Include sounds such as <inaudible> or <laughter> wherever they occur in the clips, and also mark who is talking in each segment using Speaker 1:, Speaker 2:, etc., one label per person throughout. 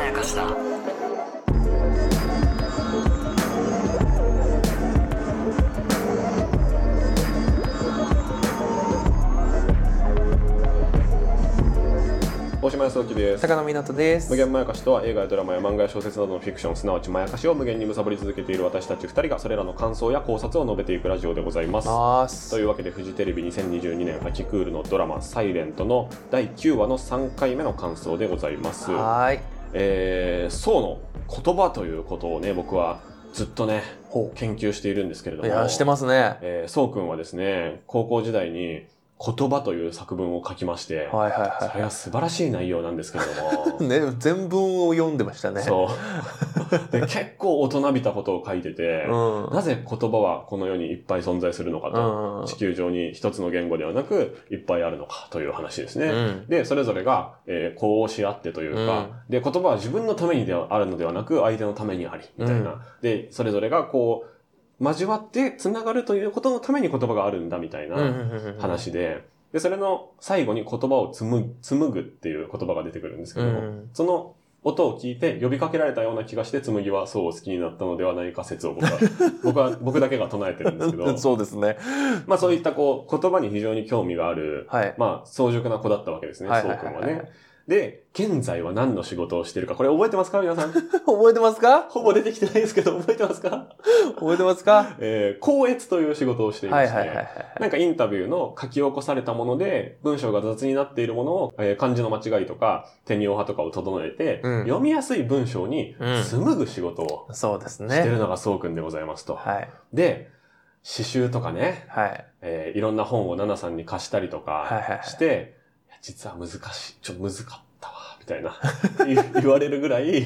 Speaker 1: やかしだ
Speaker 2: 大島康之です
Speaker 3: 高野湊です
Speaker 2: 無限まやかしとは映画やドラマや漫画や小説などのフィクションすなわちまやかしを無限に貪り続けている私たち2人がそれらの感想や考察を述べていくラジオでございます
Speaker 3: ます
Speaker 2: というわけでフジテレビ2022年秋クールのドラマ「サイレントの第9話の3回目の感想でございます
Speaker 3: はーい
Speaker 2: えー、宋の言葉ということをね僕はずっとね研究しているんですけれども
Speaker 3: いやしてますね
Speaker 2: えー、そうくんはですね、高校時代に言葉という作文を書きまして、
Speaker 3: はいはい
Speaker 2: そ
Speaker 3: は
Speaker 2: れは素晴らしい内容なんですけれど
Speaker 3: い
Speaker 2: も、
Speaker 3: ね全文を読んでましたね
Speaker 2: そう。 <laughs> で、結構大人びたことを書いてて、
Speaker 3: うん
Speaker 2: なぜ言葉はこの世にいっぱい存在するのか
Speaker 3: う
Speaker 2: と、
Speaker 3: んうん
Speaker 2: 地球上に一つの言語ではなく、いっぱいあるのかという話ですね。
Speaker 3: うん
Speaker 2: で、それぞれが、えーこうし合ってというか、で、言葉は自分のためにではあるのではなく、相手のためにあり、みたいな。
Speaker 3: う
Speaker 2: で、それぞれがこう、交わって繋がるということのために言葉があるんだ、みたい
Speaker 3: うんうん
Speaker 2: な
Speaker 3: うんうん
Speaker 2: 話で、で、それの最後に言葉を紡紡ぐっていう言葉が出てくるんですけ
Speaker 3: う
Speaker 2: ど、
Speaker 3: ん
Speaker 2: その音を聞いて呼びかけられたような気がして、紬はそうを好きになったのではないか説を僕
Speaker 3: <laughs>
Speaker 2: は、僕は、僕だけが唱えてるんですけ
Speaker 3: う
Speaker 2: ど
Speaker 3: ん、 <laughs> そうですね
Speaker 2: まあそういったこう、言葉に非常に興味がある、
Speaker 3: はい
Speaker 2: まあ、早熟な子だったわけですね、
Speaker 3: は
Speaker 2: そ
Speaker 3: いは
Speaker 2: う
Speaker 3: い
Speaker 2: くんは
Speaker 3: は
Speaker 2: い
Speaker 3: は
Speaker 2: ね
Speaker 3: い。
Speaker 2: で、現在は何の仕事をしてるか、これ覚えてますか皆さん。
Speaker 3: <laughs> 覚えてますか
Speaker 2: ほぼ出てきてないですけど、覚えてますか
Speaker 3: 覚えてま
Speaker 2: <laughs>
Speaker 3: すか
Speaker 2: えー、校閲という仕事をしていま
Speaker 3: はい
Speaker 2: して、
Speaker 3: はいはいはい
Speaker 2: なんかインタビューの書き起こされたもので、文章が雑になっているものを、えー漢字の間違いとか、手に派とかを整えて、
Speaker 3: うん
Speaker 2: 読みやすい文章に
Speaker 3: うん
Speaker 2: 紡ぐ仕事を
Speaker 3: そうです
Speaker 2: してる
Speaker 3: ね
Speaker 2: のがそうくんでございますと。
Speaker 3: はい
Speaker 2: で、詩集とかね、
Speaker 3: はい
Speaker 2: えーいろんな本をナナさんに貸したりと
Speaker 3: はいはい
Speaker 2: か <laughs>
Speaker 3: はい
Speaker 2: して、いや実は難しい、ちょっと難かったわ、みたいな、 <laughs> 言言われるぐらい、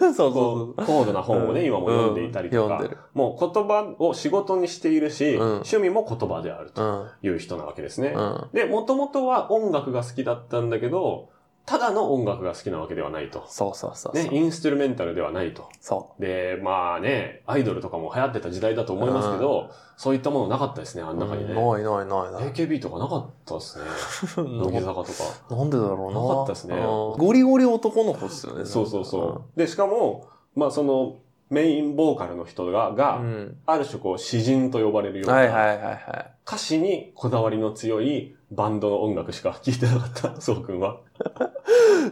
Speaker 3: そう <laughs> そ
Speaker 2: こ
Speaker 3: うそう
Speaker 2: う高度な本をね、
Speaker 3: うん
Speaker 2: 今も読んでいたりと
Speaker 3: うん
Speaker 2: か
Speaker 3: 読んでる、
Speaker 2: もう言葉を仕事にしているし、
Speaker 3: うん
Speaker 2: 趣味も言葉である
Speaker 3: う
Speaker 2: と
Speaker 3: ん
Speaker 2: いう人なわけですね。
Speaker 3: うん
Speaker 2: で、もともとは音楽が好きだったんだけど、ただの音楽が好きなわけではないと。
Speaker 3: そうそうそう
Speaker 2: ね、インストゥルメンタルではないと。
Speaker 3: そ
Speaker 2: で、まあね、アイドルとかも流行ってた時代だと思いますけど、そういったものなかったですね、あ
Speaker 3: うん
Speaker 2: 中にね。
Speaker 3: ないないないない
Speaker 2: AKB とかなかったですね。乃木
Speaker 3: な
Speaker 2: 坂とか。
Speaker 3: んでだろうな
Speaker 2: なかったですね
Speaker 3: うんゴリゴリ男の子っすよね
Speaker 2: そうそうそう。で、しかも、まあその、メインボーカルの人が、
Speaker 3: う
Speaker 2: が、
Speaker 3: ん
Speaker 2: ある種こう、詩人と呼ばれるような、
Speaker 3: はいはいはいはい
Speaker 2: 歌詞にこだわりの強いバンドの音楽しか聴いてなかった、そうくんは。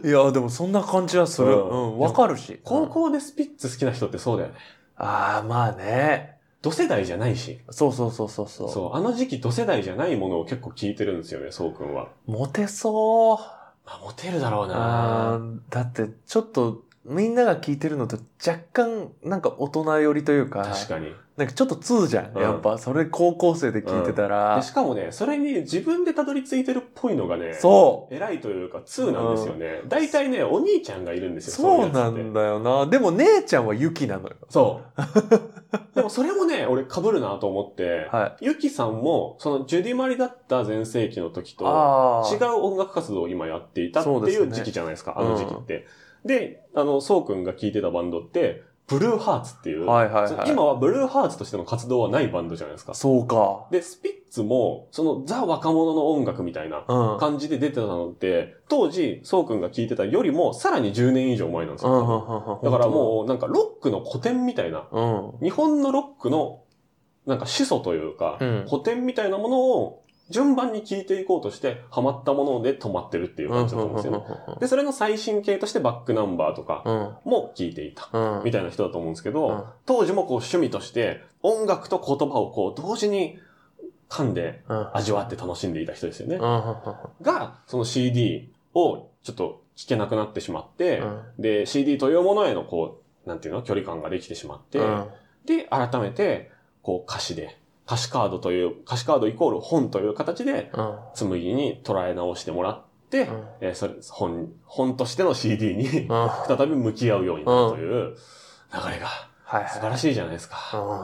Speaker 3: いや、でもそんな感じはする。
Speaker 2: う
Speaker 3: うんん、わ、かるし。
Speaker 2: 高校でスピッツ好きな人ってそうだよね。
Speaker 3: ああ、まあね。
Speaker 2: 同世代じゃないし。
Speaker 3: そうそうそうそうそう。
Speaker 2: そう、あの時期同世代じゃないものを結構聴いてるんですよね、そうくんは。
Speaker 3: モテそう。
Speaker 2: まあ、モテるだろう
Speaker 3: あ
Speaker 2: な
Speaker 3: ーだって、ちょっと、みんなが聞いてるのと若干、なんか大人寄りというか、
Speaker 2: 確かに。
Speaker 3: なんかちょっと通じゃん。
Speaker 2: うん
Speaker 3: やっぱ、それ高校生で聞いてたら、
Speaker 2: でしかもね、それに自分でたどり着いてるっぽいのがね、
Speaker 3: そう。
Speaker 2: 偉いというか、通なんですよね。大体ね、お兄ちゃんがいるんですよ。
Speaker 3: そう
Speaker 2: いや
Speaker 3: な
Speaker 2: つって
Speaker 3: んだよな。でも姉ちゃんはユキなのよ。 <laughs>
Speaker 2: そう。でもそれもね、俺被るなと思って、
Speaker 3: は
Speaker 2: ゆきさんも、そのジュディマリだった全盛期の時と、
Speaker 3: ああ。
Speaker 2: 違う音楽活動を今やっていたって
Speaker 3: そうで
Speaker 2: い
Speaker 3: す
Speaker 2: う
Speaker 3: ね
Speaker 2: 時期じゃないですか、あの時期って。で、あの、そうくんが聴いてたバンドって、ブルーハーツっていう、
Speaker 3: はいはいはい。
Speaker 2: 今はブルーハーツとしての活動はないバンドじゃないですか。
Speaker 3: そうか。
Speaker 2: で、スピッツも、そのザ若者の音楽みたいな
Speaker 3: うん。
Speaker 2: 感じで出てたのって、当時、そうくんが聴いてたよりも、さらに10年以上前なんです
Speaker 3: うんうん
Speaker 2: よ。
Speaker 3: うんうん
Speaker 2: だからもう、なんかロックの古典みたいな、
Speaker 3: うん。
Speaker 2: 日本のロックの、なんか始祖というか、
Speaker 3: うん
Speaker 2: 古典みたいなものを順番に聴いていこうとして、ハマったもので止まってるっていう感じだと思うんですよね。で、それの最新形としてバックナンバーとか
Speaker 3: うん。
Speaker 2: も聴いていた。
Speaker 3: うん。
Speaker 2: みたいな人だと思うんですけど、
Speaker 3: うん
Speaker 2: 当時もこう趣味として音楽と言葉をこう同時に噛んで
Speaker 3: うん。
Speaker 2: 味わって楽しんでいた人ですよね。
Speaker 3: う
Speaker 2: が、その CD をちょっと聴けなくなってしまって、
Speaker 3: ん。
Speaker 2: で、CD というものへのこう、なんていうの、距離感ができてしまって、
Speaker 3: うん、
Speaker 2: で、改めて、こう歌詞で、歌詞カードという、歌詞カードイコール本という形で、
Speaker 3: うん
Speaker 2: 紬に捉え直してもらって、
Speaker 3: うん
Speaker 2: えーそれ本、本としての CD に
Speaker 3: うん
Speaker 2: <laughs> 再び向き合うようになるという流れが
Speaker 3: はいはい
Speaker 2: 素晴らしいじゃないですか。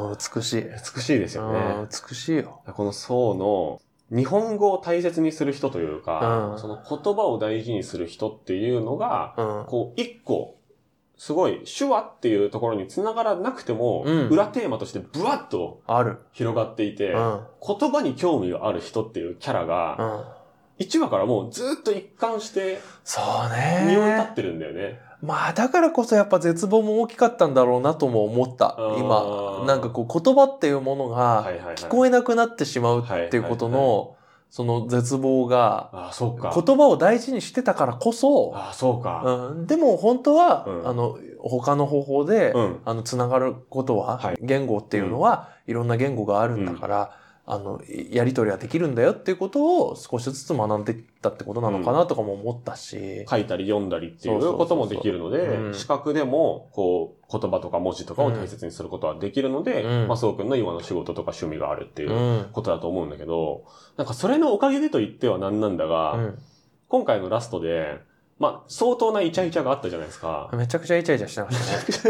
Speaker 3: うん美しい。
Speaker 2: 美しいですよ
Speaker 3: う
Speaker 2: ね
Speaker 3: ん。美しいよ。
Speaker 2: この層の日本語を大切にする人というか、
Speaker 3: うん
Speaker 2: その言葉を大事にする人っていうのが、
Speaker 3: うん。
Speaker 2: こう一個、すごい手話っていうところに繋がらなくても、
Speaker 3: うん
Speaker 2: 裏テーマとしてブワッと
Speaker 3: ある。
Speaker 2: 広がっていて、
Speaker 3: うん。
Speaker 2: 言葉に興味がある人っていうキャラ
Speaker 3: う
Speaker 2: が、
Speaker 3: ん。
Speaker 2: 1話からもうずっと一貫して
Speaker 3: そう
Speaker 2: 身を立
Speaker 3: ね
Speaker 2: っ。てるんだよね。
Speaker 3: まあだからこそやっぱ絶望も大きかったんだろうなとも思った
Speaker 2: あー
Speaker 3: 今なんかこう言葉っていうもの
Speaker 2: は
Speaker 3: が
Speaker 2: いはいはい。
Speaker 3: 聞こえなくなってしまうっていうこと
Speaker 2: はいは
Speaker 3: のその絶望が
Speaker 2: ああ、そうか。
Speaker 3: 言葉を大事にしてたからこそ、
Speaker 2: ああ、そうか。
Speaker 3: うん、でも本当は、
Speaker 2: うん
Speaker 3: あの他の方法で、
Speaker 2: うん。
Speaker 3: あのつながることは、
Speaker 2: はい
Speaker 3: 言語っていうのは、いろんな言語があるんだから、あのやり取りはできるんだよっていうことを少しずつ学んでいったってことなのかなとかも思ったし。
Speaker 2: 書いたり読んだりってい
Speaker 3: そうそうそう
Speaker 2: う
Speaker 3: そう
Speaker 2: こともできるの
Speaker 3: う
Speaker 2: で、
Speaker 3: ん
Speaker 2: 視覚でも、こう、言葉とか文字とかを大切にすることはできるので、
Speaker 3: うん
Speaker 2: まあ、そうくんの今の仕事とか趣味があるっていううんことだと思うんだけど、なんかそれのおかげでと言ってはなんなんだが、今回のラストで、まあ、相当なイチャイチャがあったじゃないですか
Speaker 3: う。ん、めちゃくちゃイチャイチャしてまし
Speaker 2: <laughs>
Speaker 3: た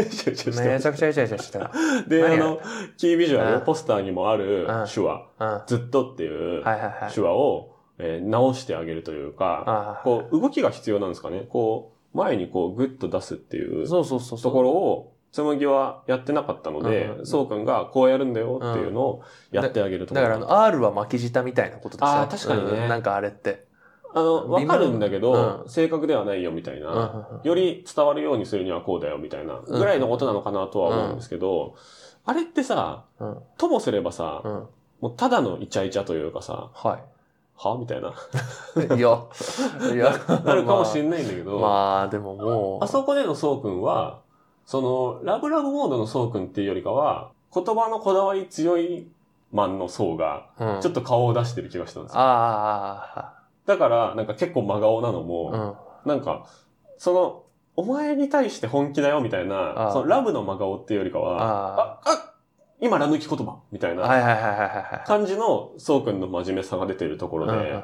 Speaker 3: ね。めちゃくちゃイチャイチャしてた。
Speaker 2: で、あ
Speaker 3: 何が
Speaker 2: の、キービジュアル、
Speaker 3: うん
Speaker 2: ポスターにもある
Speaker 3: うん
Speaker 2: 手話、
Speaker 3: うん。は
Speaker 2: ずっとっていう
Speaker 3: いはいはい
Speaker 2: 手。話を、えー直してあげるというか、
Speaker 3: あ
Speaker 2: こう、動きが必要なんですかね。こう、前にこう、グッと出すっていう
Speaker 3: あ
Speaker 2: と
Speaker 3: そうそうそうそう。
Speaker 2: ころを、紬はやってなかったので
Speaker 3: う、ん
Speaker 2: そうくんがこうやるんだよっていうのをやってあげるとこ
Speaker 3: だ
Speaker 2: ろ。
Speaker 3: からあの R は巻き舌みたいなことでしょ
Speaker 2: あー確かにね
Speaker 3: うんなんかあれって。
Speaker 2: あの、わかるんだけど、
Speaker 3: う
Speaker 2: 正確ではないよみたい
Speaker 3: うんうん
Speaker 2: な。
Speaker 3: うん
Speaker 2: より伝わるようにするにはこうだよみたいな、ぐらいのことなのかなとは思うんですけど、あれってさ
Speaker 3: うん、
Speaker 2: ともすればさ
Speaker 3: う、ん。
Speaker 2: もうただのイチャイチャというかさ、
Speaker 3: は
Speaker 2: はみたいな、
Speaker 3: い。いや、いや、
Speaker 2: なるかもしれ
Speaker 3: い。
Speaker 2: ないんだけど、
Speaker 3: まあ、でももう。
Speaker 2: あそこでのそうくんは、その、ラブラブモードのそうくんっていうよりかは、言葉のこだわり強いマンのそうが、
Speaker 3: うん、
Speaker 2: ちょっと顔を出してる気がしたんですよ。
Speaker 3: あ
Speaker 2: だから、なんか結構真顔なの
Speaker 3: あ、う
Speaker 2: も、
Speaker 3: ん。
Speaker 2: なんか、その、お前に対して本気だよみたいな
Speaker 3: あ、ー
Speaker 2: そのラブの真顔っていうよりかは、
Speaker 3: あ
Speaker 2: あ、あ、今ラ抜き言葉みたい
Speaker 3: あ、は
Speaker 2: ない
Speaker 3: はいはいはいはいはい。
Speaker 2: 感じのそうくんの真面目さが出てるところ
Speaker 3: うんうん
Speaker 2: で、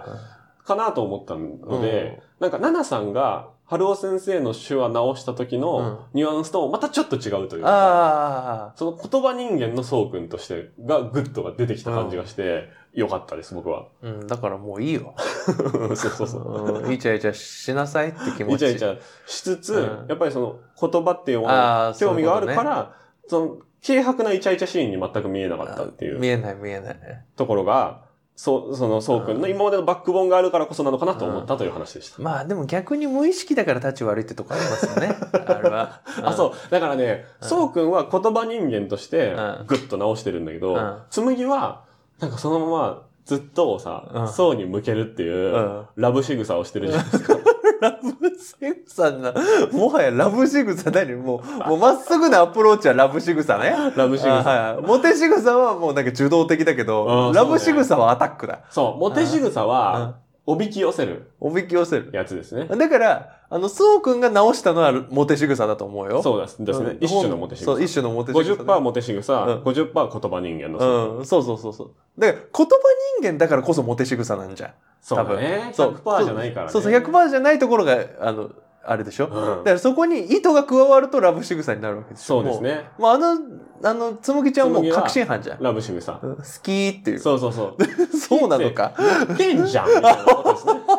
Speaker 2: かなと思ったの
Speaker 3: うん
Speaker 2: で、なんか、ナナさんが、春尾先生の手話直した時のニュアンスとまたちょっと違うという
Speaker 3: うん
Speaker 2: か、
Speaker 3: あ
Speaker 2: その言葉人間のそうくんとしてがグッとが出てきた感じがして、良かったです、僕は。
Speaker 3: <laughs> あ、うん、だからもういいよ。
Speaker 2: そうそうそう。
Speaker 3: うんイチャイチャしなさいって気持ち。
Speaker 2: イチャイチャしつつ、
Speaker 3: うん
Speaker 2: やっぱりその言葉っていうもの
Speaker 3: ああ
Speaker 2: に興味があるか、
Speaker 3: そういうこ
Speaker 2: ら、その軽薄なイチャイチャシーンに全く見えなか
Speaker 3: とね
Speaker 2: ったってい
Speaker 3: 見
Speaker 2: う
Speaker 3: えない見えない。
Speaker 2: ところが、そう、その、そうくんの今までのバックボーンがあるからこそなのかなと思ったという話でした。
Speaker 3: まあでも逆に無意識だから立ち悪いってとこありますよね。あれは。
Speaker 2: <laughs> あ、そう。だからね、
Speaker 3: うん
Speaker 2: そうくんは言葉人間として
Speaker 3: うん、
Speaker 2: ぐっと直してるんだけど
Speaker 3: うん、
Speaker 2: 紬は、なんかそのまま、ずっとを
Speaker 3: う
Speaker 2: さ
Speaker 3: ん、
Speaker 2: そうに向けるっていうう、
Speaker 3: ん。
Speaker 2: ラブ仕草をしてるじゃないで
Speaker 3: <laughs>
Speaker 2: すか。
Speaker 3: ラブシグサな、もはやラブシグサ何もう、もうまっすぐなアプローチはラブシグサね。
Speaker 2: ラブ仕
Speaker 3: あ
Speaker 2: 草。
Speaker 3: はいはい。モテ仕草はもうなんか受動的だけ
Speaker 2: う
Speaker 3: ど、
Speaker 2: ん
Speaker 3: ラブ仕草はアタックだ。
Speaker 2: そう、モテ仕草
Speaker 3: うん
Speaker 2: は、おびき寄せる
Speaker 3: おびき寄せる。
Speaker 2: やつですね。
Speaker 3: だから、あの、そうくんが直したのはモテ仕草だと思うよ。
Speaker 2: そうですですね
Speaker 3: ん。
Speaker 2: 一種のモテ仕草
Speaker 3: そう、。一種のモテ仕草。
Speaker 2: 50%モテ仕草、
Speaker 3: うん
Speaker 2: 50%言葉人間の。
Speaker 3: うん、そうそうそうそう。だから、言葉人間だからこそモテ仕草なんじゃん。
Speaker 2: そうだね。
Speaker 3: そう
Speaker 2: 100%じゃないからね。
Speaker 3: そうそう、100%じゃないところが、あの、あれでしょ、だ
Speaker 2: うん
Speaker 3: からそこに意図が加わるとラブ仕草になるわけでし
Speaker 2: そ
Speaker 3: ょ
Speaker 2: うです。ね。
Speaker 3: もうまあ、あの、あの、つむぎちゃんはも
Speaker 2: 紬
Speaker 3: う
Speaker 2: は
Speaker 3: 確信犯じゃん。
Speaker 2: ラブ仕草。
Speaker 3: うん好きーっていう。 <laughs> そ
Speaker 2: そうそうそう。
Speaker 3: うなのか。
Speaker 2: やってんじゃんみたいなことですね。 <laughs>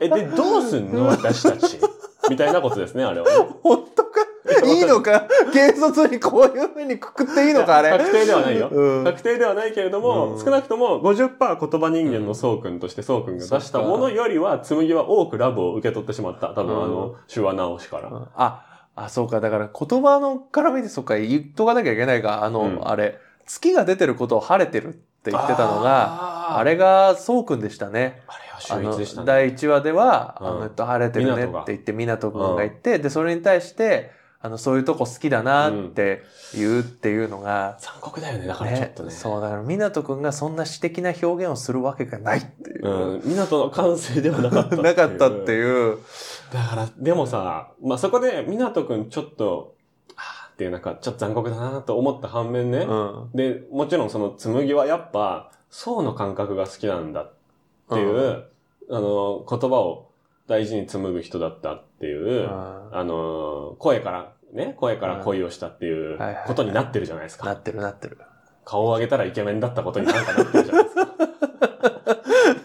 Speaker 2: え、で、どうすんの私たち。みたいなことですね、あれはね。
Speaker 3: 本当か
Speaker 2: や
Speaker 3: いいのか軽率にこういうふうにくくっていいのかあれ。
Speaker 2: 確定ではないよ。
Speaker 3: うん
Speaker 2: 確定ではないけれども、
Speaker 3: うん
Speaker 2: 少なくとも50%言葉人間のそうくんとしてそうくんが出したものよりは、紬は多くラブを受け取ってしまった。多分あ
Speaker 3: う
Speaker 2: の、手話直しから。
Speaker 3: あ、あ、そうか。だから言葉の絡みで、そっか、言っとかなきゃいけないが、あの、
Speaker 2: うん
Speaker 3: あれ、月が出てることを晴れてるって言ってたのが、あ
Speaker 2: が
Speaker 3: れが、そうくんでしたね。
Speaker 2: あれは
Speaker 3: あ
Speaker 2: 秀
Speaker 3: の
Speaker 2: 逸でした、ね。
Speaker 3: 第1話では、
Speaker 2: うん
Speaker 3: あの、えっと、晴れてるねって言って、湊くんが言って、で、それに対して、あの、そういうとこ好きだなって言うっていうのが、
Speaker 2: 残酷だよね、だからちょっとね。
Speaker 3: そう、だから、湊くんがそんな詩的な表現をするわけがないっていう。
Speaker 2: うん、港の感性ではなかった
Speaker 3: <laughs> なかったって
Speaker 2: う。
Speaker 3: いう。
Speaker 2: だから、でもさ、まあ、そこで、港くんちょっと、あーっていう、なんか、ちょっと残酷だなと思った反面ね、
Speaker 3: うん。っ
Speaker 2: で、もちろんその紬はやっぱ、層の感覚が好きなんだっていう、あの、言葉を大事に紡ぐ人だったっていう、
Speaker 3: な
Speaker 2: あの、声から、ね、声から恋をしたっていう
Speaker 3: はいはいはい
Speaker 2: ことになってるじゃないですか。
Speaker 3: ってるなってる。
Speaker 2: 顔を上げたらイケメンだったことになんかなってるじゃないですか。
Speaker 3: <laughs>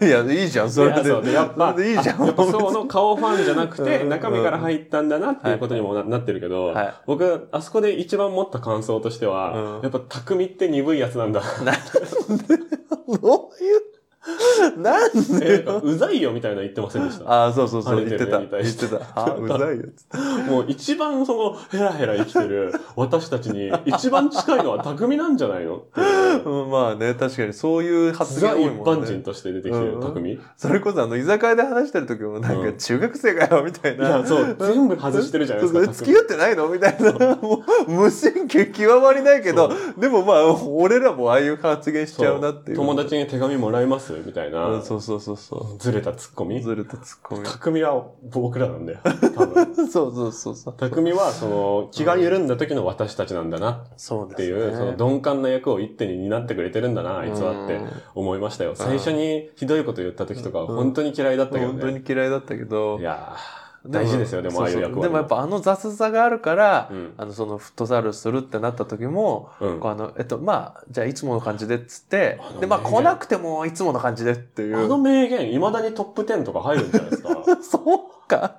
Speaker 3: いや、いいじゃん、 <laughs> そ
Speaker 2: そ
Speaker 3: れ
Speaker 2: れは
Speaker 3: で。
Speaker 2: そうで、やっぱ、
Speaker 3: それでいいじゃん。
Speaker 2: あやっぱ層の顔ファンじゃなくて、
Speaker 3: うん
Speaker 2: 中身から入ったんだなっていうことにもな,、なってるけど、
Speaker 3: は
Speaker 2: 僕、あそこで一番持った感想としては、
Speaker 3: うん
Speaker 2: やっぱ匠って鈍いやつなんだ。
Speaker 3: い。どういう、 <laughs> なん
Speaker 2: え
Speaker 3: でよ
Speaker 2: うざいよみたいなの言ってませんでした。
Speaker 3: ああ、そうそうそう、
Speaker 2: 跳
Speaker 3: 言
Speaker 2: ね
Speaker 3: ってて
Speaker 2: るね
Speaker 3: た。
Speaker 2: みたい
Speaker 3: 言
Speaker 2: な
Speaker 3: っ
Speaker 2: <laughs>
Speaker 3: てた。ああ、うざいよ。
Speaker 2: もう一番そのヘラヘラ生きてる私たちに一番近いのは匠なんじゃないのっていう
Speaker 3: うん、まあね、確かにそういう発言
Speaker 2: ザ
Speaker 3: 多
Speaker 2: 一
Speaker 3: いもん
Speaker 2: 般
Speaker 3: ね
Speaker 2: 人。として出てきて
Speaker 3: う
Speaker 2: る
Speaker 3: ん
Speaker 2: 匠。い
Speaker 3: それこそあの、居酒屋で話してる時もなん
Speaker 2: う
Speaker 3: か、
Speaker 2: ん
Speaker 3: 中学生かよ、みたいな。
Speaker 2: や、
Speaker 3: <laughs>
Speaker 2: そう、全部外してるじゃない
Speaker 3: そう
Speaker 2: で
Speaker 3: そう
Speaker 2: すか。
Speaker 3: 付き合ってないのみたいな。もう、無神経極まりないけど、でもまあ、俺らもああいう発言しちゃうなっていう。、、
Speaker 2: 友達に手紙もらえますみたいうなん
Speaker 3: そうそうそうそ
Speaker 2: ずれたツッコ
Speaker 3: う。
Speaker 2: ミ。
Speaker 3: ずるとツッコミ。
Speaker 2: 匠は僕らなんだよ。多分。
Speaker 3: <laughs> そうそうそうそう。
Speaker 2: 匠はその気が緩んだ時の私たちなんだな
Speaker 3: そう
Speaker 2: っ
Speaker 3: で
Speaker 2: て
Speaker 3: す
Speaker 2: い
Speaker 3: ね。
Speaker 2: う、その鈍感な役を一手に担ってくれてるんだな、あいつはって
Speaker 3: うん
Speaker 2: 思いましたよ。最初にひどいこと言った時とかは本当に嫌いだったけど
Speaker 3: 本当
Speaker 2: ね。
Speaker 3: に嫌いだったけど
Speaker 2: い。やー大事ですよ、でもああいう
Speaker 3: そそ
Speaker 2: 役割。
Speaker 3: でもやっぱあの雑さがあるから、
Speaker 2: うん
Speaker 3: あのそのフットサルするってなった時も、
Speaker 2: うん
Speaker 3: こうあのえっとまあじゃあいつもの感じでっつって
Speaker 2: あの
Speaker 3: でまあ
Speaker 2: ね
Speaker 3: 来なくてもいつもの感じでってい
Speaker 2: あの
Speaker 3: う
Speaker 2: 名言、未だにトップ10とか入るんじゃないです
Speaker 3: <laughs>
Speaker 2: か。
Speaker 3: そうか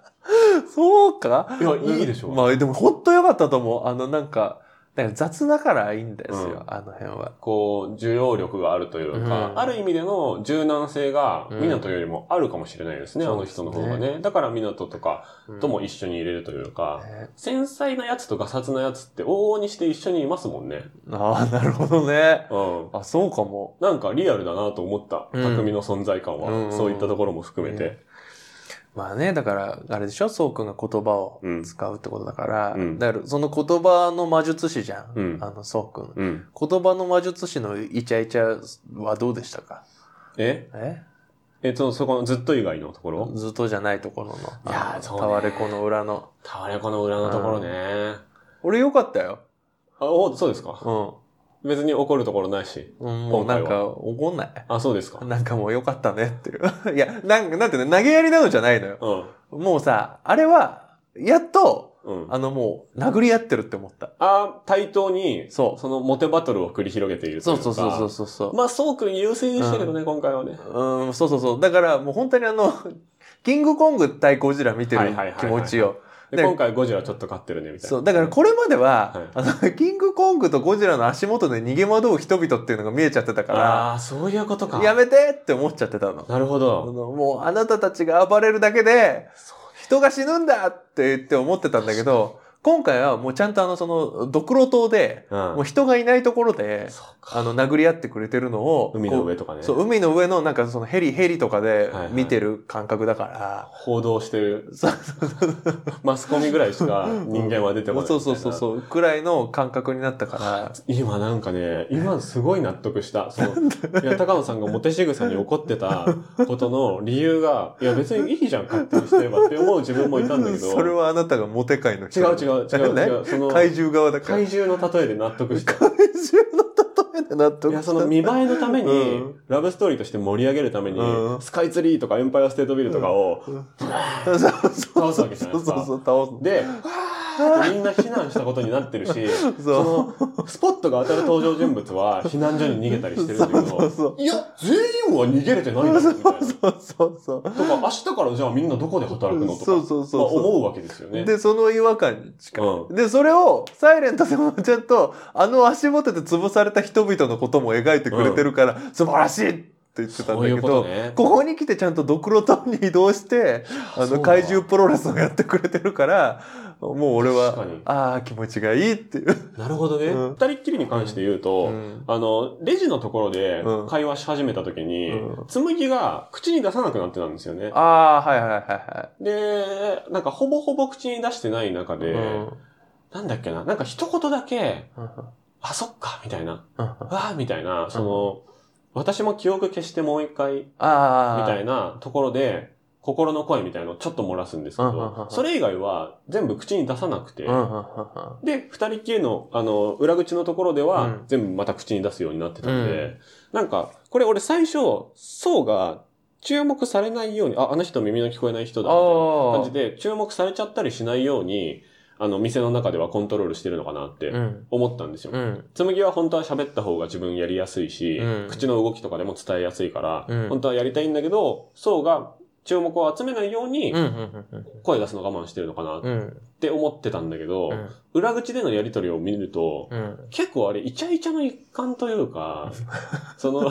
Speaker 3: そうか
Speaker 2: いや、いいでしょ。
Speaker 3: まあでも本当良かったと思うあのなんかなんか雑だからいいんですよ、
Speaker 2: う
Speaker 3: あの辺は。
Speaker 2: こう、受容力があるというか、
Speaker 3: うん
Speaker 2: ある意味での柔軟性が、
Speaker 3: うん
Speaker 2: 湊斗よりもあるかもしれないですね、
Speaker 3: そう
Speaker 2: あの
Speaker 3: です
Speaker 2: 人
Speaker 3: ね
Speaker 2: の方がね。だから湊斗とかとも一緒に入れるというか、
Speaker 3: ね
Speaker 2: 繊細なやつとガサツなやつって往々にして一緒にいますもんね。
Speaker 3: あ <laughs> あなるほどね。
Speaker 2: うん。
Speaker 3: あそうかも。
Speaker 2: なんかリアルだなと思った、
Speaker 3: うん
Speaker 2: 匠の存在感は、
Speaker 3: うんうんうん
Speaker 2: そういったところも含めて。
Speaker 3: まあねだからあれでしょそうくんが言葉を
Speaker 2: うん
Speaker 3: 使うってことだから、
Speaker 2: うん
Speaker 3: だからその言葉の魔術師じゃん、
Speaker 2: うん
Speaker 3: あのそうくん。
Speaker 2: うん。
Speaker 3: 言葉の魔術師のイチャイチャはどうでしたか
Speaker 2: え
Speaker 3: え
Speaker 2: えっと、そこのずっと以外のところ
Speaker 3: ずっとじゃないところの。
Speaker 2: いやー
Speaker 3: あの
Speaker 2: そうね
Speaker 3: タワレコの裏の。
Speaker 2: タワレコの裏のところね。
Speaker 3: 俺よかったよ。
Speaker 2: あ、お、そうですか。別に怒るところないし。
Speaker 3: うん。もうなん
Speaker 2: 今回
Speaker 3: か怒んない。
Speaker 2: あ、そうですか。
Speaker 3: なんかもうよかったねっていう。 <laughs> いや、なんか、なんてね、投げやりなのじゃないのよ。
Speaker 2: うん。
Speaker 3: もうさ、あれは、やっと、
Speaker 2: うん。
Speaker 3: あのもう、殴り合ってるって思った。
Speaker 2: あ対等に、
Speaker 3: そう
Speaker 2: そのモテバトルを繰り広げているという
Speaker 3: そ
Speaker 2: うか。
Speaker 3: そうそうそうそうそう。
Speaker 2: まあ、そうくん優勢でしたけどね、今回はね。
Speaker 3: うん、そうそうそう。だからもう本当にあの、 <laughs> キングコング対ゴジラ見て
Speaker 2: はい
Speaker 3: る
Speaker 2: はいはいはい
Speaker 3: 気持ちよ。
Speaker 2: で
Speaker 3: で
Speaker 2: 今回ゴジラちょっと勝ってるね、みたいな。
Speaker 3: そう、だからこれまでは、
Speaker 2: は
Speaker 3: あの、 <laughs> キングコングとゴジラの足元で逃げ惑う人々っていうのが見えちゃってたか
Speaker 2: ああ、そういうこと
Speaker 3: ら、
Speaker 2: か。
Speaker 3: やめてって思っちゃってたの。
Speaker 2: なるほ
Speaker 3: あの
Speaker 2: ど。
Speaker 3: もうあなたたちが暴れるだけで、人が死ぬんだって言って思ってたんだけど、今回はもうちゃんとあの、その、ドクロ島で、
Speaker 2: うん
Speaker 3: もう人がいないところで、
Speaker 2: そうか。
Speaker 3: あの、殴り合ってくれてるのを、
Speaker 2: 海の
Speaker 3: こ
Speaker 2: 上とかね
Speaker 3: う。そう、海の上のなんかそのヘリ、ヘリとかで
Speaker 2: はいはい
Speaker 3: 見てる感覚だから、
Speaker 2: 報道してる <laughs>
Speaker 3: そう
Speaker 2: マスコミぐらいしか人間は出てこないみた
Speaker 3: そ
Speaker 2: いうな。
Speaker 3: そうそうそう、くらいの感覚になったから、
Speaker 2: 今なんかね、今すごい納得した。その、いや、高野さんがモテ仕草に怒ってたことの理由が、いや別にいいじゃん、勝手にしてればって思う自分もいたんだけど。
Speaker 3: それはあなたがモテ界の
Speaker 2: 違
Speaker 3: 人
Speaker 2: う違う違う違う。その、
Speaker 3: 怪獣側だから
Speaker 2: 怪獣の例えで納得した。
Speaker 3: 怪獣の例えで納得
Speaker 2: いや、
Speaker 3: した
Speaker 2: その見栄えのために、
Speaker 3: うん
Speaker 2: ラブストーリーとして盛り上げるために、
Speaker 3: うん
Speaker 2: スカイツリーとかエンパイアステートビルとかを、
Speaker 3: そうそう
Speaker 2: 倒すわけじゃないですか
Speaker 3: そうそうそう倒す
Speaker 2: で、みんな避難したことになってるし、その、スポットが当たる登場人物
Speaker 3: <laughs>
Speaker 2: は避難所に逃げたりしてるんだけど、
Speaker 3: そうそう
Speaker 2: いや、全員は逃げれてないだろ、みたいな。
Speaker 3: そうそうそう
Speaker 2: とか、明日からじゃあみんなどこで働くのとか、
Speaker 3: そうそうそうそう
Speaker 2: まあ思うわけですよね。
Speaker 3: でその違和感に近い、
Speaker 2: う
Speaker 3: でそれを「サイレントでもちゃんとあの足元で潰された人々のことも描いてくれてるから、素晴らしいって言ってたん
Speaker 2: そ
Speaker 3: だけど
Speaker 2: ういうことね
Speaker 3: ここに来てちゃんとドクロ島に移動して
Speaker 2: <laughs> そ
Speaker 3: あ
Speaker 2: うだ
Speaker 3: の
Speaker 2: わ
Speaker 3: 怪獣プロレスをやってくれてるからもう俺
Speaker 2: 確か
Speaker 3: は
Speaker 2: に
Speaker 3: ああ気持ちがいいっていう。
Speaker 2: なるほどね。二、
Speaker 3: うん
Speaker 2: 人っきりに関して言うと、
Speaker 3: うん
Speaker 2: あの、レジのところで
Speaker 3: うん
Speaker 2: 会話し始めた時に、
Speaker 3: う
Speaker 2: 紬が口に出さなくなってたんですよね。
Speaker 3: ああーはいはいはいはい。
Speaker 2: で、なんかほぼほぼ口に出してない中で、
Speaker 3: うん
Speaker 2: なんだっけな、なんか一言だけ、
Speaker 3: うん
Speaker 2: あ、そっか、みたいな、
Speaker 3: うん
Speaker 2: うわあ、みたいな、その、私も記憶消してもう一回、み
Speaker 3: ああ。
Speaker 2: たい
Speaker 3: な。
Speaker 2: なところで、心の声みたいのをちょっと漏らすんですけ
Speaker 3: うんうんうんう
Speaker 2: ど
Speaker 3: ん、
Speaker 2: それ以外は全部口に出さなくて、
Speaker 3: うんうんうんうん
Speaker 2: で、二人っきりの、あの、裏口のところでは、
Speaker 3: うん
Speaker 2: 全部また口に出すようになってたんで、
Speaker 3: う
Speaker 2: なんか、これ俺最初、そうが注目されないように、あ、あの人耳の聞こえない人だ、みたいな感じで、注目されちゃったりしないように、あの、店の中ではコントロールしてるのかなって
Speaker 3: うん。
Speaker 2: 思ったんですよ。
Speaker 3: うん。
Speaker 2: 紬は本当は喋った方が自分やりやすいし、
Speaker 3: うん
Speaker 2: 口の動きとかでも伝えやすいから、
Speaker 3: うん
Speaker 2: 本当はやりたいんだけど、そうが注目を集めないように
Speaker 3: うん、うん、うん
Speaker 2: 声出すの我慢してるのかなっ
Speaker 3: うん。うん。
Speaker 2: て思ってたんだけど、
Speaker 3: うん
Speaker 2: 裏口でのやりとりを見ると、
Speaker 3: うん。
Speaker 2: 結構あれ、イチャイチャの一環という
Speaker 3: <laughs>
Speaker 2: か、その、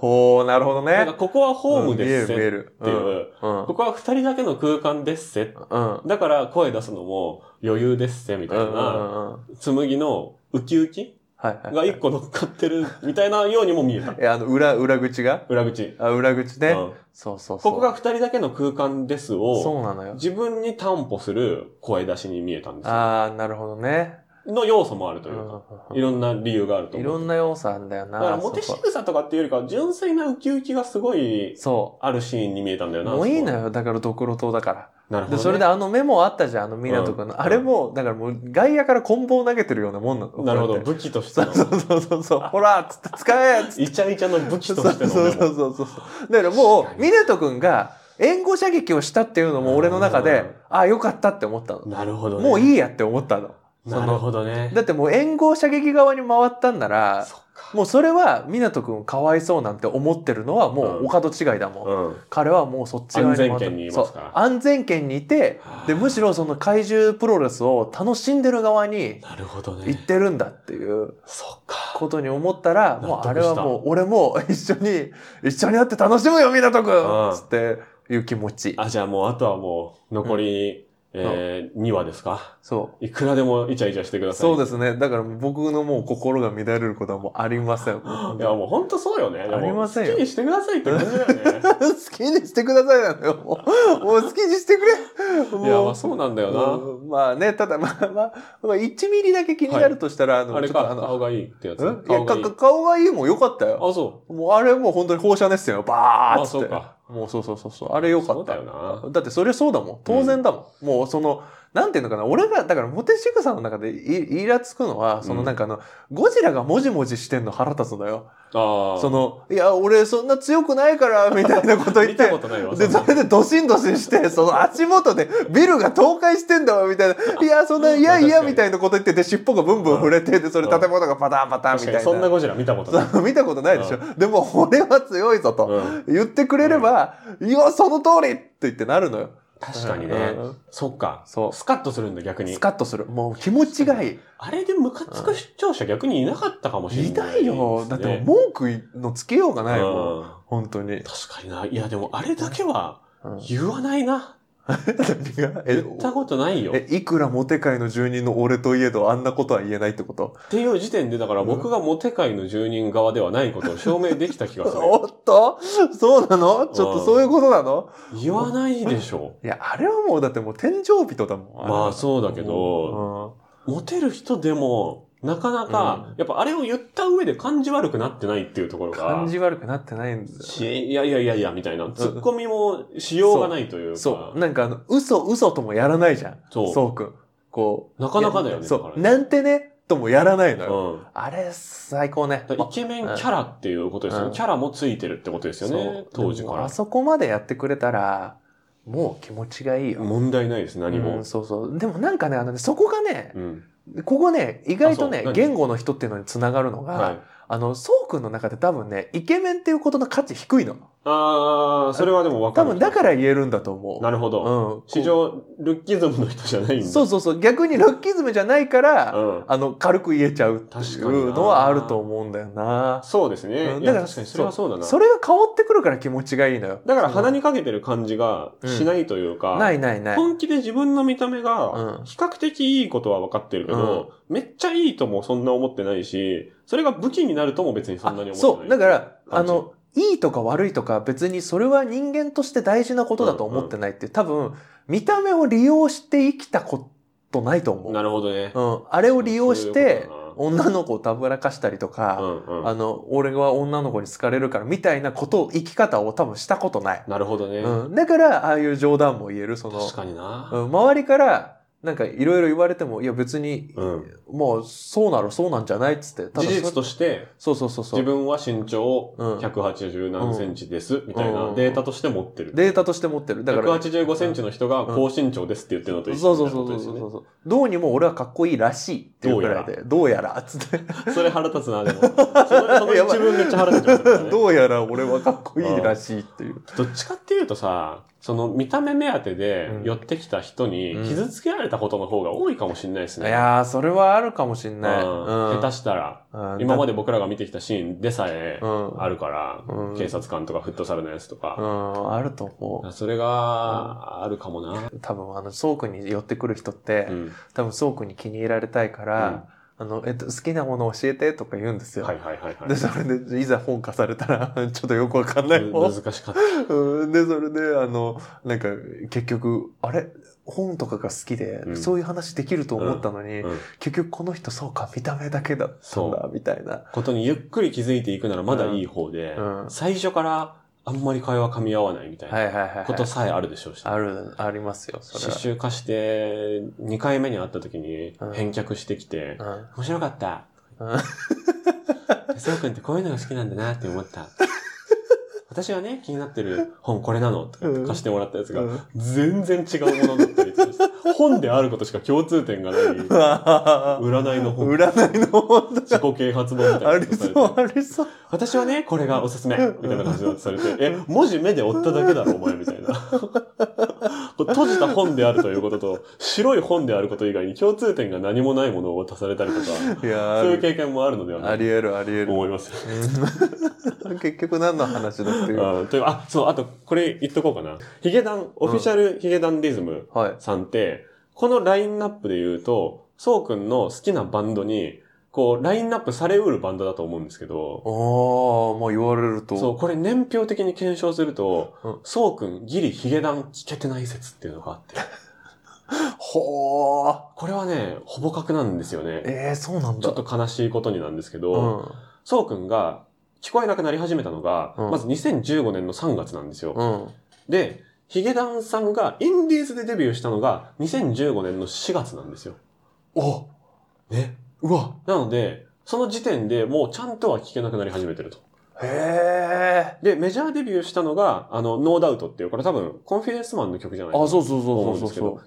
Speaker 3: ほう、なるほど
Speaker 2: なんか
Speaker 3: ね。
Speaker 2: ここはホームです
Speaker 3: う
Speaker 2: せ
Speaker 3: ん
Speaker 2: っ
Speaker 3: 見
Speaker 2: て
Speaker 3: える、見
Speaker 2: い
Speaker 3: え
Speaker 2: う、
Speaker 3: る。うん。
Speaker 2: ここは二人だけの空間ですせ。
Speaker 3: うん。うん。
Speaker 2: だから声出すのも余裕ですせ、みたい
Speaker 3: うんうん
Speaker 2: な、
Speaker 3: うんうん。
Speaker 2: 紬のウキウキ
Speaker 3: はいはい。
Speaker 2: が一個乗っかってるみたいなようにも見えた。
Speaker 3: え、あの、裏、裏口が
Speaker 2: 裏口。
Speaker 3: あ、裏口
Speaker 2: う
Speaker 3: ね。
Speaker 2: ん
Speaker 3: そうそうそう。
Speaker 2: ここが二人だけの空間ですを、
Speaker 3: そうなのよ。
Speaker 2: 自分に担保する声出しに見えたんですよ
Speaker 3: ああ、なるほどね。
Speaker 2: の要素もあると
Speaker 3: う
Speaker 2: い
Speaker 3: ん
Speaker 2: うか、いろんな理由があると
Speaker 3: い
Speaker 2: 思
Speaker 3: ろ
Speaker 2: う。
Speaker 3: んな要素あるんだよな。
Speaker 2: だから、モテ仕
Speaker 3: そこ
Speaker 2: 草とかっていうよりかは、純粋なウキウキがすごい
Speaker 3: そ
Speaker 2: あるシーンに見えたんだ
Speaker 3: う。
Speaker 2: よな。
Speaker 3: もういいの
Speaker 2: あそこ
Speaker 3: よ。だから、ドクロ島だか
Speaker 2: なるほ
Speaker 3: ら。
Speaker 2: ど、
Speaker 3: で、
Speaker 2: ね。
Speaker 3: それであのメモあったじゃん、あの湊くん
Speaker 2: うん
Speaker 3: の。あれも、だからもう外野から棍棒投げてるようなもんなの。
Speaker 2: なるほ
Speaker 3: こう
Speaker 2: ど。
Speaker 3: やって
Speaker 2: 武器として
Speaker 3: そ
Speaker 2: の
Speaker 3: う。そうそうそうそう。ほらっつって使えっつって。
Speaker 2: イチャイチャの武器
Speaker 3: そう
Speaker 2: と
Speaker 3: そう
Speaker 2: してのメモ。
Speaker 3: そうそうそう。だからもう、湊くんが援護射撃をしたっていうのも俺の中
Speaker 2: う
Speaker 3: で
Speaker 2: ん、
Speaker 3: ああ、よかったって思ったの。
Speaker 2: なるほどね。
Speaker 3: もう
Speaker 2: い。
Speaker 3: いいやって思ったの。
Speaker 2: なるほどね。
Speaker 3: だってもう援護射撃側に回ったんなら、
Speaker 2: そっか。
Speaker 3: もうそれは、湊くんかわいそうなんて思ってるのはも
Speaker 2: うん
Speaker 3: う、お門違いだも
Speaker 2: う
Speaker 3: ん。
Speaker 2: ん。
Speaker 3: 彼はもうそっち側に回
Speaker 2: 安全圏にいますから
Speaker 3: そう安全圏にいて、で、むしろその怪獣プロレスを楽しんでる側に
Speaker 2: なるほど
Speaker 3: 行っ
Speaker 2: ね。
Speaker 3: てるんだっていう
Speaker 2: そっか。
Speaker 3: ことに思ったら、
Speaker 2: 納得
Speaker 3: もう
Speaker 2: した
Speaker 3: あれはもう、俺も一緒に、一緒に会って楽しむよ、湊
Speaker 2: うん
Speaker 3: くんつっていう気持ち。
Speaker 2: あ、じゃあもう、あとはもう、残り、えー、2話ですか
Speaker 3: そ
Speaker 2: いくらでもイチャイチャしてくだ
Speaker 3: う。
Speaker 2: さい。
Speaker 3: そうですね。だからもう僕のもう心が乱れることはもうありません。
Speaker 2: いや、もう本当そうよね。
Speaker 3: ありませんよ
Speaker 2: でも好きにしてくださいって感じだよね。
Speaker 3: <laughs> 好きにしてくださいな
Speaker 2: <laughs>
Speaker 3: のよ。もうもう好きにしてくれ。もう
Speaker 2: いや、まあそうなんだよ
Speaker 3: うんまあね、ただまあまあ、まあ、1ミリだけ気になるとしたら、あ
Speaker 2: な。
Speaker 3: の、
Speaker 2: あれ
Speaker 3: ちょっと
Speaker 2: か、顔がいいってやつ。
Speaker 3: あの、んいや
Speaker 2: 顔がい
Speaker 3: か
Speaker 2: い。
Speaker 3: か顔がいいもん良かったよ。
Speaker 2: あ、そ
Speaker 3: もうあれもう本当に放射熱線よ、バーッつって。
Speaker 2: あそうか
Speaker 3: もうそうそうそうそう。あれ良か
Speaker 2: そ
Speaker 3: っ
Speaker 2: うだ
Speaker 3: た
Speaker 2: よな
Speaker 3: だってそれそうだもん。当然だもん。もうその、なんていうのかな、俺が、だからモテ仕草の中でいイラつくのは、そのなんかあの、ゴジラがもじもじしてんの腹立つのよ。
Speaker 2: う。ああ。
Speaker 3: その、いや、俺そんな強くな
Speaker 2: <laughs>
Speaker 3: いから、みたいなこと言
Speaker 2: 見
Speaker 3: って
Speaker 2: た。ことないわ。
Speaker 3: で、
Speaker 2: そ
Speaker 3: そ
Speaker 2: んな
Speaker 3: れでドシンドシンして、その足元でビルが倒壊してんだわ、みたいな。いや、そんな、いやい
Speaker 2: 確
Speaker 3: や、
Speaker 2: かに
Speaker 3: みたいなこと言ってて、尻尾がブンブン触れて、で、それ建物がパタンパタンみ
Speaker 2: 確
Speaker 3: た
Speaker 2: か
Speaker 3: いな。
Speaker 2: に、そんなゴジラ見たことない。
Speaker 3: そう見たことないでしょ。でも、俺は強いぞと。
Speaker 2: うん
Speaker 3: 言ってくれれば、いや、その通りって言ってなるのよ。
Speaker 2: 確かにね
Speaker 3: うん。
Speaker 2: そっか。
Speaker 3: そう
Speaker 2: スカッとするんだ、逆に
Speaker 3: ス。カッとする。もう気持ちがいい。
Speaker 2: あれでムカつく視聴者逆にいなかったかもしれない
Speaker 3: い
Speaker 2: ですね。
Speaker 3: ないよ。だってもう文句のつけようがないもん。
Speaker 2: うん
Speaker 3: 本当に。
Speaker 2: 確かにな。いや、でもあれだけは
Speaker 3: うん <laughs>
Speaker 2: 言わないな。
Speaker 3: え
Speaker 2: 言ったことないよ。っ
Speaker 3: え、いくらモテ界の住人の俺といえど、あんなことは言えないってこと
Speaker 2: ていう時点で、だから僕がモテ界の住人側ではないことを証明できた気がする。
Speaker 3: おっとそうなのちょっとそういうことなの
Speaker 2: 言わないでしょ。
Speaker 3: いや、あれはもうだってもう天井人だもん。れは
Speaker 2: まあそうだけど、モテる人でも、なかなか、やっぱあれを言った上で感じ悪くなってないっていうところ
Speaker 3: うん
Speaker 2: が。
Speaker 3: 感じ悪くなってないんです
Speaker 2: し
Speaker 3: よ。
Speaker 2: いやいやいやいや、みたいな。ツッコミもしようがないというか。
Speaker 3: そう。なんかあの、嘘嘘ともやらないじゃん。
Speaker 2: そう
Speaker 3: そうくん。こう。
Speaker 2: なかなかだよね
Speaker 3: そ
Speaker 2: だか
Speaker 3: う。
Speaker 2: ら
Speaker 3: なんてね、ともやらないのよ。
Speaker 2: うん。
Speaker 3: あれ、最高ね。
Speaker 2: だからイケメンキャラっていうことですよね。
Speaker 3: うん
Speaker 2: キャラもついてるってことですよ
Speaker 3: そ
Speaker 2: ね
Speaker 3: う。
Speaker 2: 当時か
Speaker 3: でもあ
Speaker 2: ら。
Speaker 3: そこまでやってくれたら、もう気持ちがいいよ。
Speaker 2: 問題ないです、何
Speaker 3: う
Speaker 2: も
Speaker 3: ん。そうそう。でもなんかね、あのね、そこがね
Speaker 2: う、ん。
Speaker 3: ここね、意外と
Speaker 2: あ
Speaker 3: ね
Speaker 2: そう何、
Speaker 3: 言語の人っていうのにつながるのが、
Speaker 2: はい。
Speaker 3: あの、そうくんの中で多分ね、イケメンっていうことの価値低いの。
Speaker 2: あー、それはでも分か
Speaker 3: 多
Speaker 2: る。
Speaker 3: 分だから言えるんだと思う。
Speaker 2: なるほど。
Speaker 3: うん。
Speaker 2: 市場、ルッキズムの人じゃないんだ。
Speaker 3: そうそうそう。逆にルッキズムじゃないから、
Speaker 2: うん
Speaker 3: あの、軽く言えちゃうってい
Speaker 2: 確かにな
Speaker 3: うのはあると思うんだよな。
Speaker 2: そうですね。
Speaker 3: うん
Speaker 2: いや
Speaker 3: だから
Speaker 2: 確かにそれはそうだな。
Speaker 3: それが変わってくるから気持ちがいいのよ。
Speaker 2: だから
Speaker 3: その
Speaker 2: 鼻にかけてる感じがしないというか。
Speaker 3: ないないない。
Speaker 2: 本気で自分の見た目が
Speaker 3: うん
Speaker 2: 比較的いいことは分かってるけど、めっちゃいいともそんな思ってないし、それが武器になるとも別にそんなに思ってない。
Speaker 3: そう。だから、あ
Speaker 2: 感じ
Speaker 3: の、いいとか悪いとか別にそれは人間として大事なことだと思ってないっていう、多分、見た目を利用して生きたことないと思う。
Speaker 2: なるほどね。
Speaker 3: うん。あれを利用して
Speaker 2: そういう、
Speaker 3: 女の子をたぶらかしたりと
Speaker 2: う
Speaker 3: か、
Speaker 2: んうん。
Speaker 3: あの、俺は女の子に好かれるからみたいなことを、生き方を多分したことない。
Speaker 2: なるほどね。
Speaker 3: うん。だから、ああいう冗談も言える、その、
Speaker 2: 確かにな。
Speaker 3: うん、周りから、なんかいろいろ言われても、いや別に、
Speaker 2: うん。
Speaker 3: もうそうならそうなんじゃないっつって、ただ
Speaker 2: 事実として、
Speaker 3: そうそうそうそ
Speaker 2: 自
Speaker 3: う。
Speaker 2: 分は身長
Speaker 3: うん
Speaker 2: 180何センチです、みたいな
Speaker 3: うん
Speaker 2: データとして持ってる。
Speaker 3: データとして持ってる。だから、
Speaker 2: 185センチの人が高身長ですって言ってるのと
Speaker 3: そう
Speaker 2: 一
Speaker 3: そ
Speaker 2: 緒
Speaker 3: う
Speaker 2: みた
Speaker 3: そ
Speaker 2: いうな
Speaker 3: そ
Speaker 2: ことですよ
Speaker 3: うそう
Speaker 2: ね。
Speaker 3: そう。どうにも俺はかっこいいらしいっていうくらいで、どうやらっつって、
Speaker 2: それ腹立つな、
Speaker 3: <laughs>
Speaker 2: でも。そのその一文めっちゃ腹立つ、ね。
Speaker 3: どうやら俺はかっこいいらしいっていう。
Speaker 2: どっちかっていうとさ、その見た目目当てで
Speaker 3: うん
Speaker 2: 寄ってきた人に
Speaker 3: うん
Speaker 2: 傷つけられたことの方が多いかもしれないです
Speaker 3: い
Speaker 2: ね。
Speaker 3: やー、それはあるかもしん
Speaker 2: う
Speaker 3: ない。
Speaker 2: ん、下手したら、
Speaker 3: 手
Speaker 2: 今ま
Speaker 3: で
Speaker 2: で僕らが見てきたシーンでさえ
Speaker 3: うん。
Speaker 2: あるから、
Speaker 3: うん
Speaker 2: 警察官とかフットサルのやつと
Speaker 3: う
Speaker 2: か、
Speaker 3: ん、あると思
Speaker 2: それがあるかもな。
Speaker 3: う。多分、あの、ソークに寄ってくる人って、
Speaker 2: うん
Speaker 3: 多分、ソークに気に入られたいから、あの、えっと、好きなもの教えてとか言うんですよ。
Speaker 2: はいはいはいはい
Speaker 3: で、。それで、いざ本化されたら、 <laughs> ちょっとよくわかんない
Speaker 2: む
Speaker 3: もん。
Speaker 2: 難しかっ
Speaker 3: うんで、それで、あの、なんか、結局、あれ本とかが好きで、
Speaker 2: うん
Speaker 3: そういう話できると思ったのに、
Speaker 2: た。うん
Speaker 3: 結局この人そうか、見た目だけだったん
Speaker 2: そ
Speaker 3: だ、みたいな。
Speaker 2: ことにゆっくり気づいていくならまだいい方で、
Speaker 3: うんうん
Speaker 2: 最初からあんまり会話噛み合わないみたい
Speaker 3: はい
Speaker 2: な
Speaker 3: はいはいはい。
Speaker 2: ことさえあるでしょうし、
Speaker 3: ある、ありますよ、それ
Speaker 2: 刺繍化して2回目に会った時に
Speaker 3: うん
Speaker 2: 返却してきて、
Speaker 3: は。
Speaker 2: 面白かった。
Speaker 3: うん。うん。
Speaker 2: そうくんってこういうのが好きなんだなって思
Speaker 3: <laughs>
Speaker 2: った。私はね、気になってる本これなのとかって貸してもらったやつが、
Speaker 3: うん
Speaker 2: 全然違うものだったりとかして、本であることしか共通点がない、占
Speaker 3: 占
Speaker 2: いの本、
Speaker 3: いの本と
Speaker 2: 自
Speaker 3: か。
Speaker 2: 己啓発本みた
Speaker 3: あ
Speaker 2: いな
Speaker 3: り
Speaker 2: ことされ
Speaker 3: そ
Speaker 2: て
Speaker 3: う、、ありそう。
Speaker 2: 私はね、これがおすすめみたいな感じでされて、え、文字目で追っただけだろ、お前みたいな。 <laughs> これ閉じた本であるということと、白い本であること以外に共通点が何もないものを渡されたりとか、
Speaker 3: いや
Speaker 2: そういう
Speaker 3: ー、
Speaker 2: 経験もあるのではな
Speaker 3: あ
Speaker 2: い
Speaker 3: りえる、ありえ
Speaker 2: と
Speaker 3: る。
Speaker 2: 思います。
Speaker 3: うん <laughs> 結局何の話だっていう。
Speaker 2: あというあ、そう、あと、これ言っとこうかな。ヒゲダン、オフィシャルヒゲダンディズム
Speaker 3: はい。
Speaker 2: さんって、このラインナップで言うと、そうくんの好きなバンドに、こう、ラインナップされうるバンドだと思うんですけど、
Speaker 3: おー、もう言われると。
Speaker 2: そう、これ年表的に検証すると、
Speaker 3: うん
Speaker 2: そうくん、ギリヒゲダン聞けてない説っていうのがあって、
Speaker 3: ほー。
Speaker 2: これはね、ほぼ確なんですよね。
Speaker 3: えー、そうなんだ。
Speaker 2: ちょっと悲しいことになんですけ
Speaker 3: う
Speaker 2: ど、
Speaker 3: ん。
Speaker 2: そうくんが聞こえなくなり始めたのが、
Speaker 3: うん
Speaker 2: まず2015年の3月なんですよ。
Speaker 3: うん。
Speaker 2: で、ヒゲダンさんがインディーズでデビューしたのが2015年の4月なんですよ。
Speaker 3: お
Speaker 2: ね。
Speaker 3: うわ
Speaker 2: なので、その時点でもうちゃんとは聞けなくなり始めてると。
Speaker 3: へ
Speaker 2: で、メジャーデビューしたのが、あの、ノーダウトっていう、これ多分、コンフィデンスマンの曲じゃないか
Speaker 3: ー。
Speaker 2: な
Speaker 3: あ、そうそう
Speaker 2: と思
Speaker 3: そううんそ
Speaker 2: で
Speaker 3: う
Speaker 2: すけ
Speaker 3: そ
Speaker 2: ど、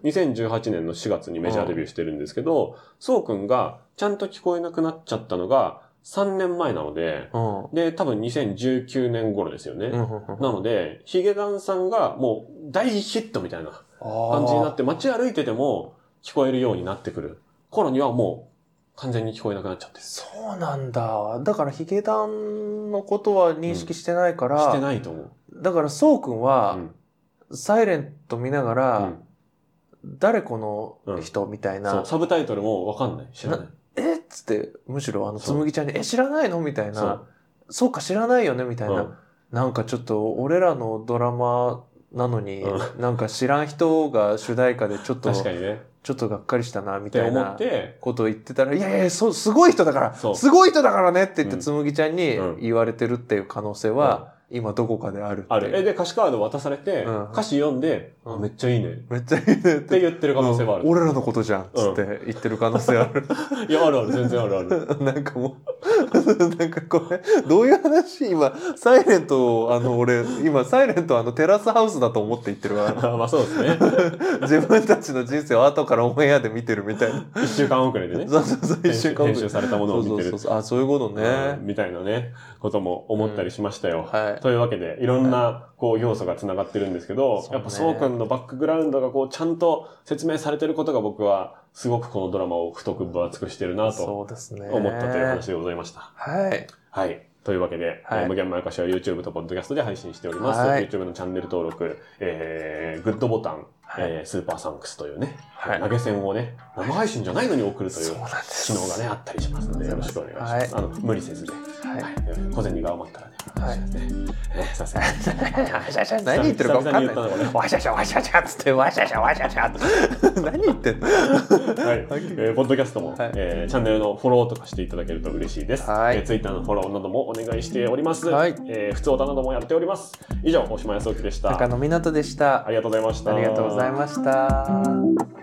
Speaker 2: 2018年の4月にメジャーデビューしてるんですけど、そうくんがちゃんと聞こえなくなっちゃったのが3年前なので、
Speaker 3: う。うん。
Speaker 2: で、多分2019年頃ですよね。
Speaker 3: うんうんうん
Speaker 2: なので、ヒゲダンさんがもう大ヒットみたいな感じになって、街歩いてても聞こえるようになってくる頃にはもう完全に聞こえなくなっちゃってる。
Speaker 3: そうなんだ。だからヒゲダンのことは認識してないから、
Speaker 2: してないと思う。
Speaker 3: だからそうくん
Speaker 2: う
Speaker 3: は、
Speaker 2: ん
Speaker 3: サイレント見ながら、
Speaker 2: うん
Speaker 3: 誰この人みたいな、
Speaker 2: そうサブタイトルもわかんない。知らない。
Speaker 3: えっつって、むしろあの、つ
Speaker 2: そう
Speaker 3: むぎちゃんに、え、知らないのみたい
Speaker 2: そ
Speaker 3: な
Speaker 2: う、。
Speaker 3: そうか知らないよねみたいな、
Speaker 2: うん
Speaker 3: なんかちょっと俺らのドラマなのに、
Speaker 2: う
Speaker 3: なんか知らん人が主題歌でちょっと、
Speaker 2: 確か
Speaker 3: ち
Speaker 2: にね。
Speaker 3: ょっとがっかりしたな、み
Speaker 2: って
Speaker 3: たい
Speaker 2: 思
Speaker 3: な
Speaker 2: って、
Speaker 3: ことを言ってたら、いやいや、そう、すごい人だから、
Speaker 2: そう
Speaker 3: すごい人だからねって言って、
Speaker 2: うん
Speaker 3: つむぎちゃんに
Speaker 2: うん
Speaker 3: 言われてるっていう可能性は、今どこかであるっていう
Speaker 2: ある。え、で、歌詞カード渡されて、
Speaker 3: うん
Speaker 2: 歌詞読んで、
Speaker 3: うん
Speaker 2: あめっちゃいいね。
Speaker 3: めっちゃいいねって
Speaker 2: って言ってる可能性はある。
Speaker 3: うん俺らのことじゃんっつって言ってる可能性ある。 <laughs>
Speaker 2: いや、あるある、全然あるある。
Speaker 3: なんかもう、 <laughs> なんかこれ、どういう話今、サイレントを、あの、俺、今、サイレントはあの、テラスハウスだと思って言ってるわ。 <laughs>
Speaker 2: まあそうですね。
Speaker 3: 自分たちの人生を後からオンエアで見てるみたいな。
Speaker 2: 一週間遅れでね。
Speaker 3: そうそうそう、一
Speaker 2: 編
Speaker 3: 週
Speaker 2: 集
Speaker 3: 間
Speaker 2: 編
Speaker 3: 後
Speaker 2: 集されたものを見て
Speaker 3: そうそう
Speaker 2: る。
Speaker 3: そう。あ、そういうことね。
Speaker 2: うんみたいなね、ことも思ったりしましたよ。
Speaker 3: はい。
Speaker 2: というわけで、いろんな、こう、要素が繋がってるんですけど、
Speaker 3: そうね
Speaker 2: やっぱ、そうくんのバックグラウンドが、こう、ちゃんと説明されてることが僕は、すごくこのドラマを太く分厚くしてるなと
Speaker 3: そうですね。
Speaker 2: 思ったという話でございました。
Speaker 3: はい。
Speaker 2: はい。というわけで、
Speaker 3: はい
Speaker 2: えー無限前歌詞は YouTube と Podcast で配信しております。
Speaker 3: はい
Speaker 2: YouTube のチャンネル登録、えー、グッドボタン、
Speaker 3: はい
Speaker 2: えースーパーサンクスというね、
Speaker 3: はい
Speaker 2: 投げ銭をね、生配信じゃないのに送るとい
Speaker 3: そううなんです。
Speaker 2: 機能がね、あったりしますので、よろしくお願いします。
Speaker 3: は
Speaker 2: あの、無理せずで、
Speaker 3: はい。
Speaker 2: はい小銭が余ったらね、
Speaker 3: はい。
Speaker 2: えーさせて。
Speaker 3: わしゃしゃ <laughs> 何言ってるか分かんな
Speaker 2: 久
Speaker 3: い。
Speaker 2: 々に言った
Speaker 3: わしゃしゃわしゃしゃっつってわしゃしゃわしゃしゃって何言ってんの
Speaker 2: はい、えー、ポッドキャストも、
Speaker 3: はい
Speaker 2: えーチャンネルのフォローとかしていただけると嬉しいです。
Speaker 3: はい
Speaker 2: えー、ツイッターのフォローなどもお願いしております。
Speaker 3: はい
Speaker 2: えー、普通歌などもやっております。以上、大島康之でした。
Speaker 3: 中野湊でした
Speaker 2: あ。りがとうございました。
Speaker 3: ありがとうございました。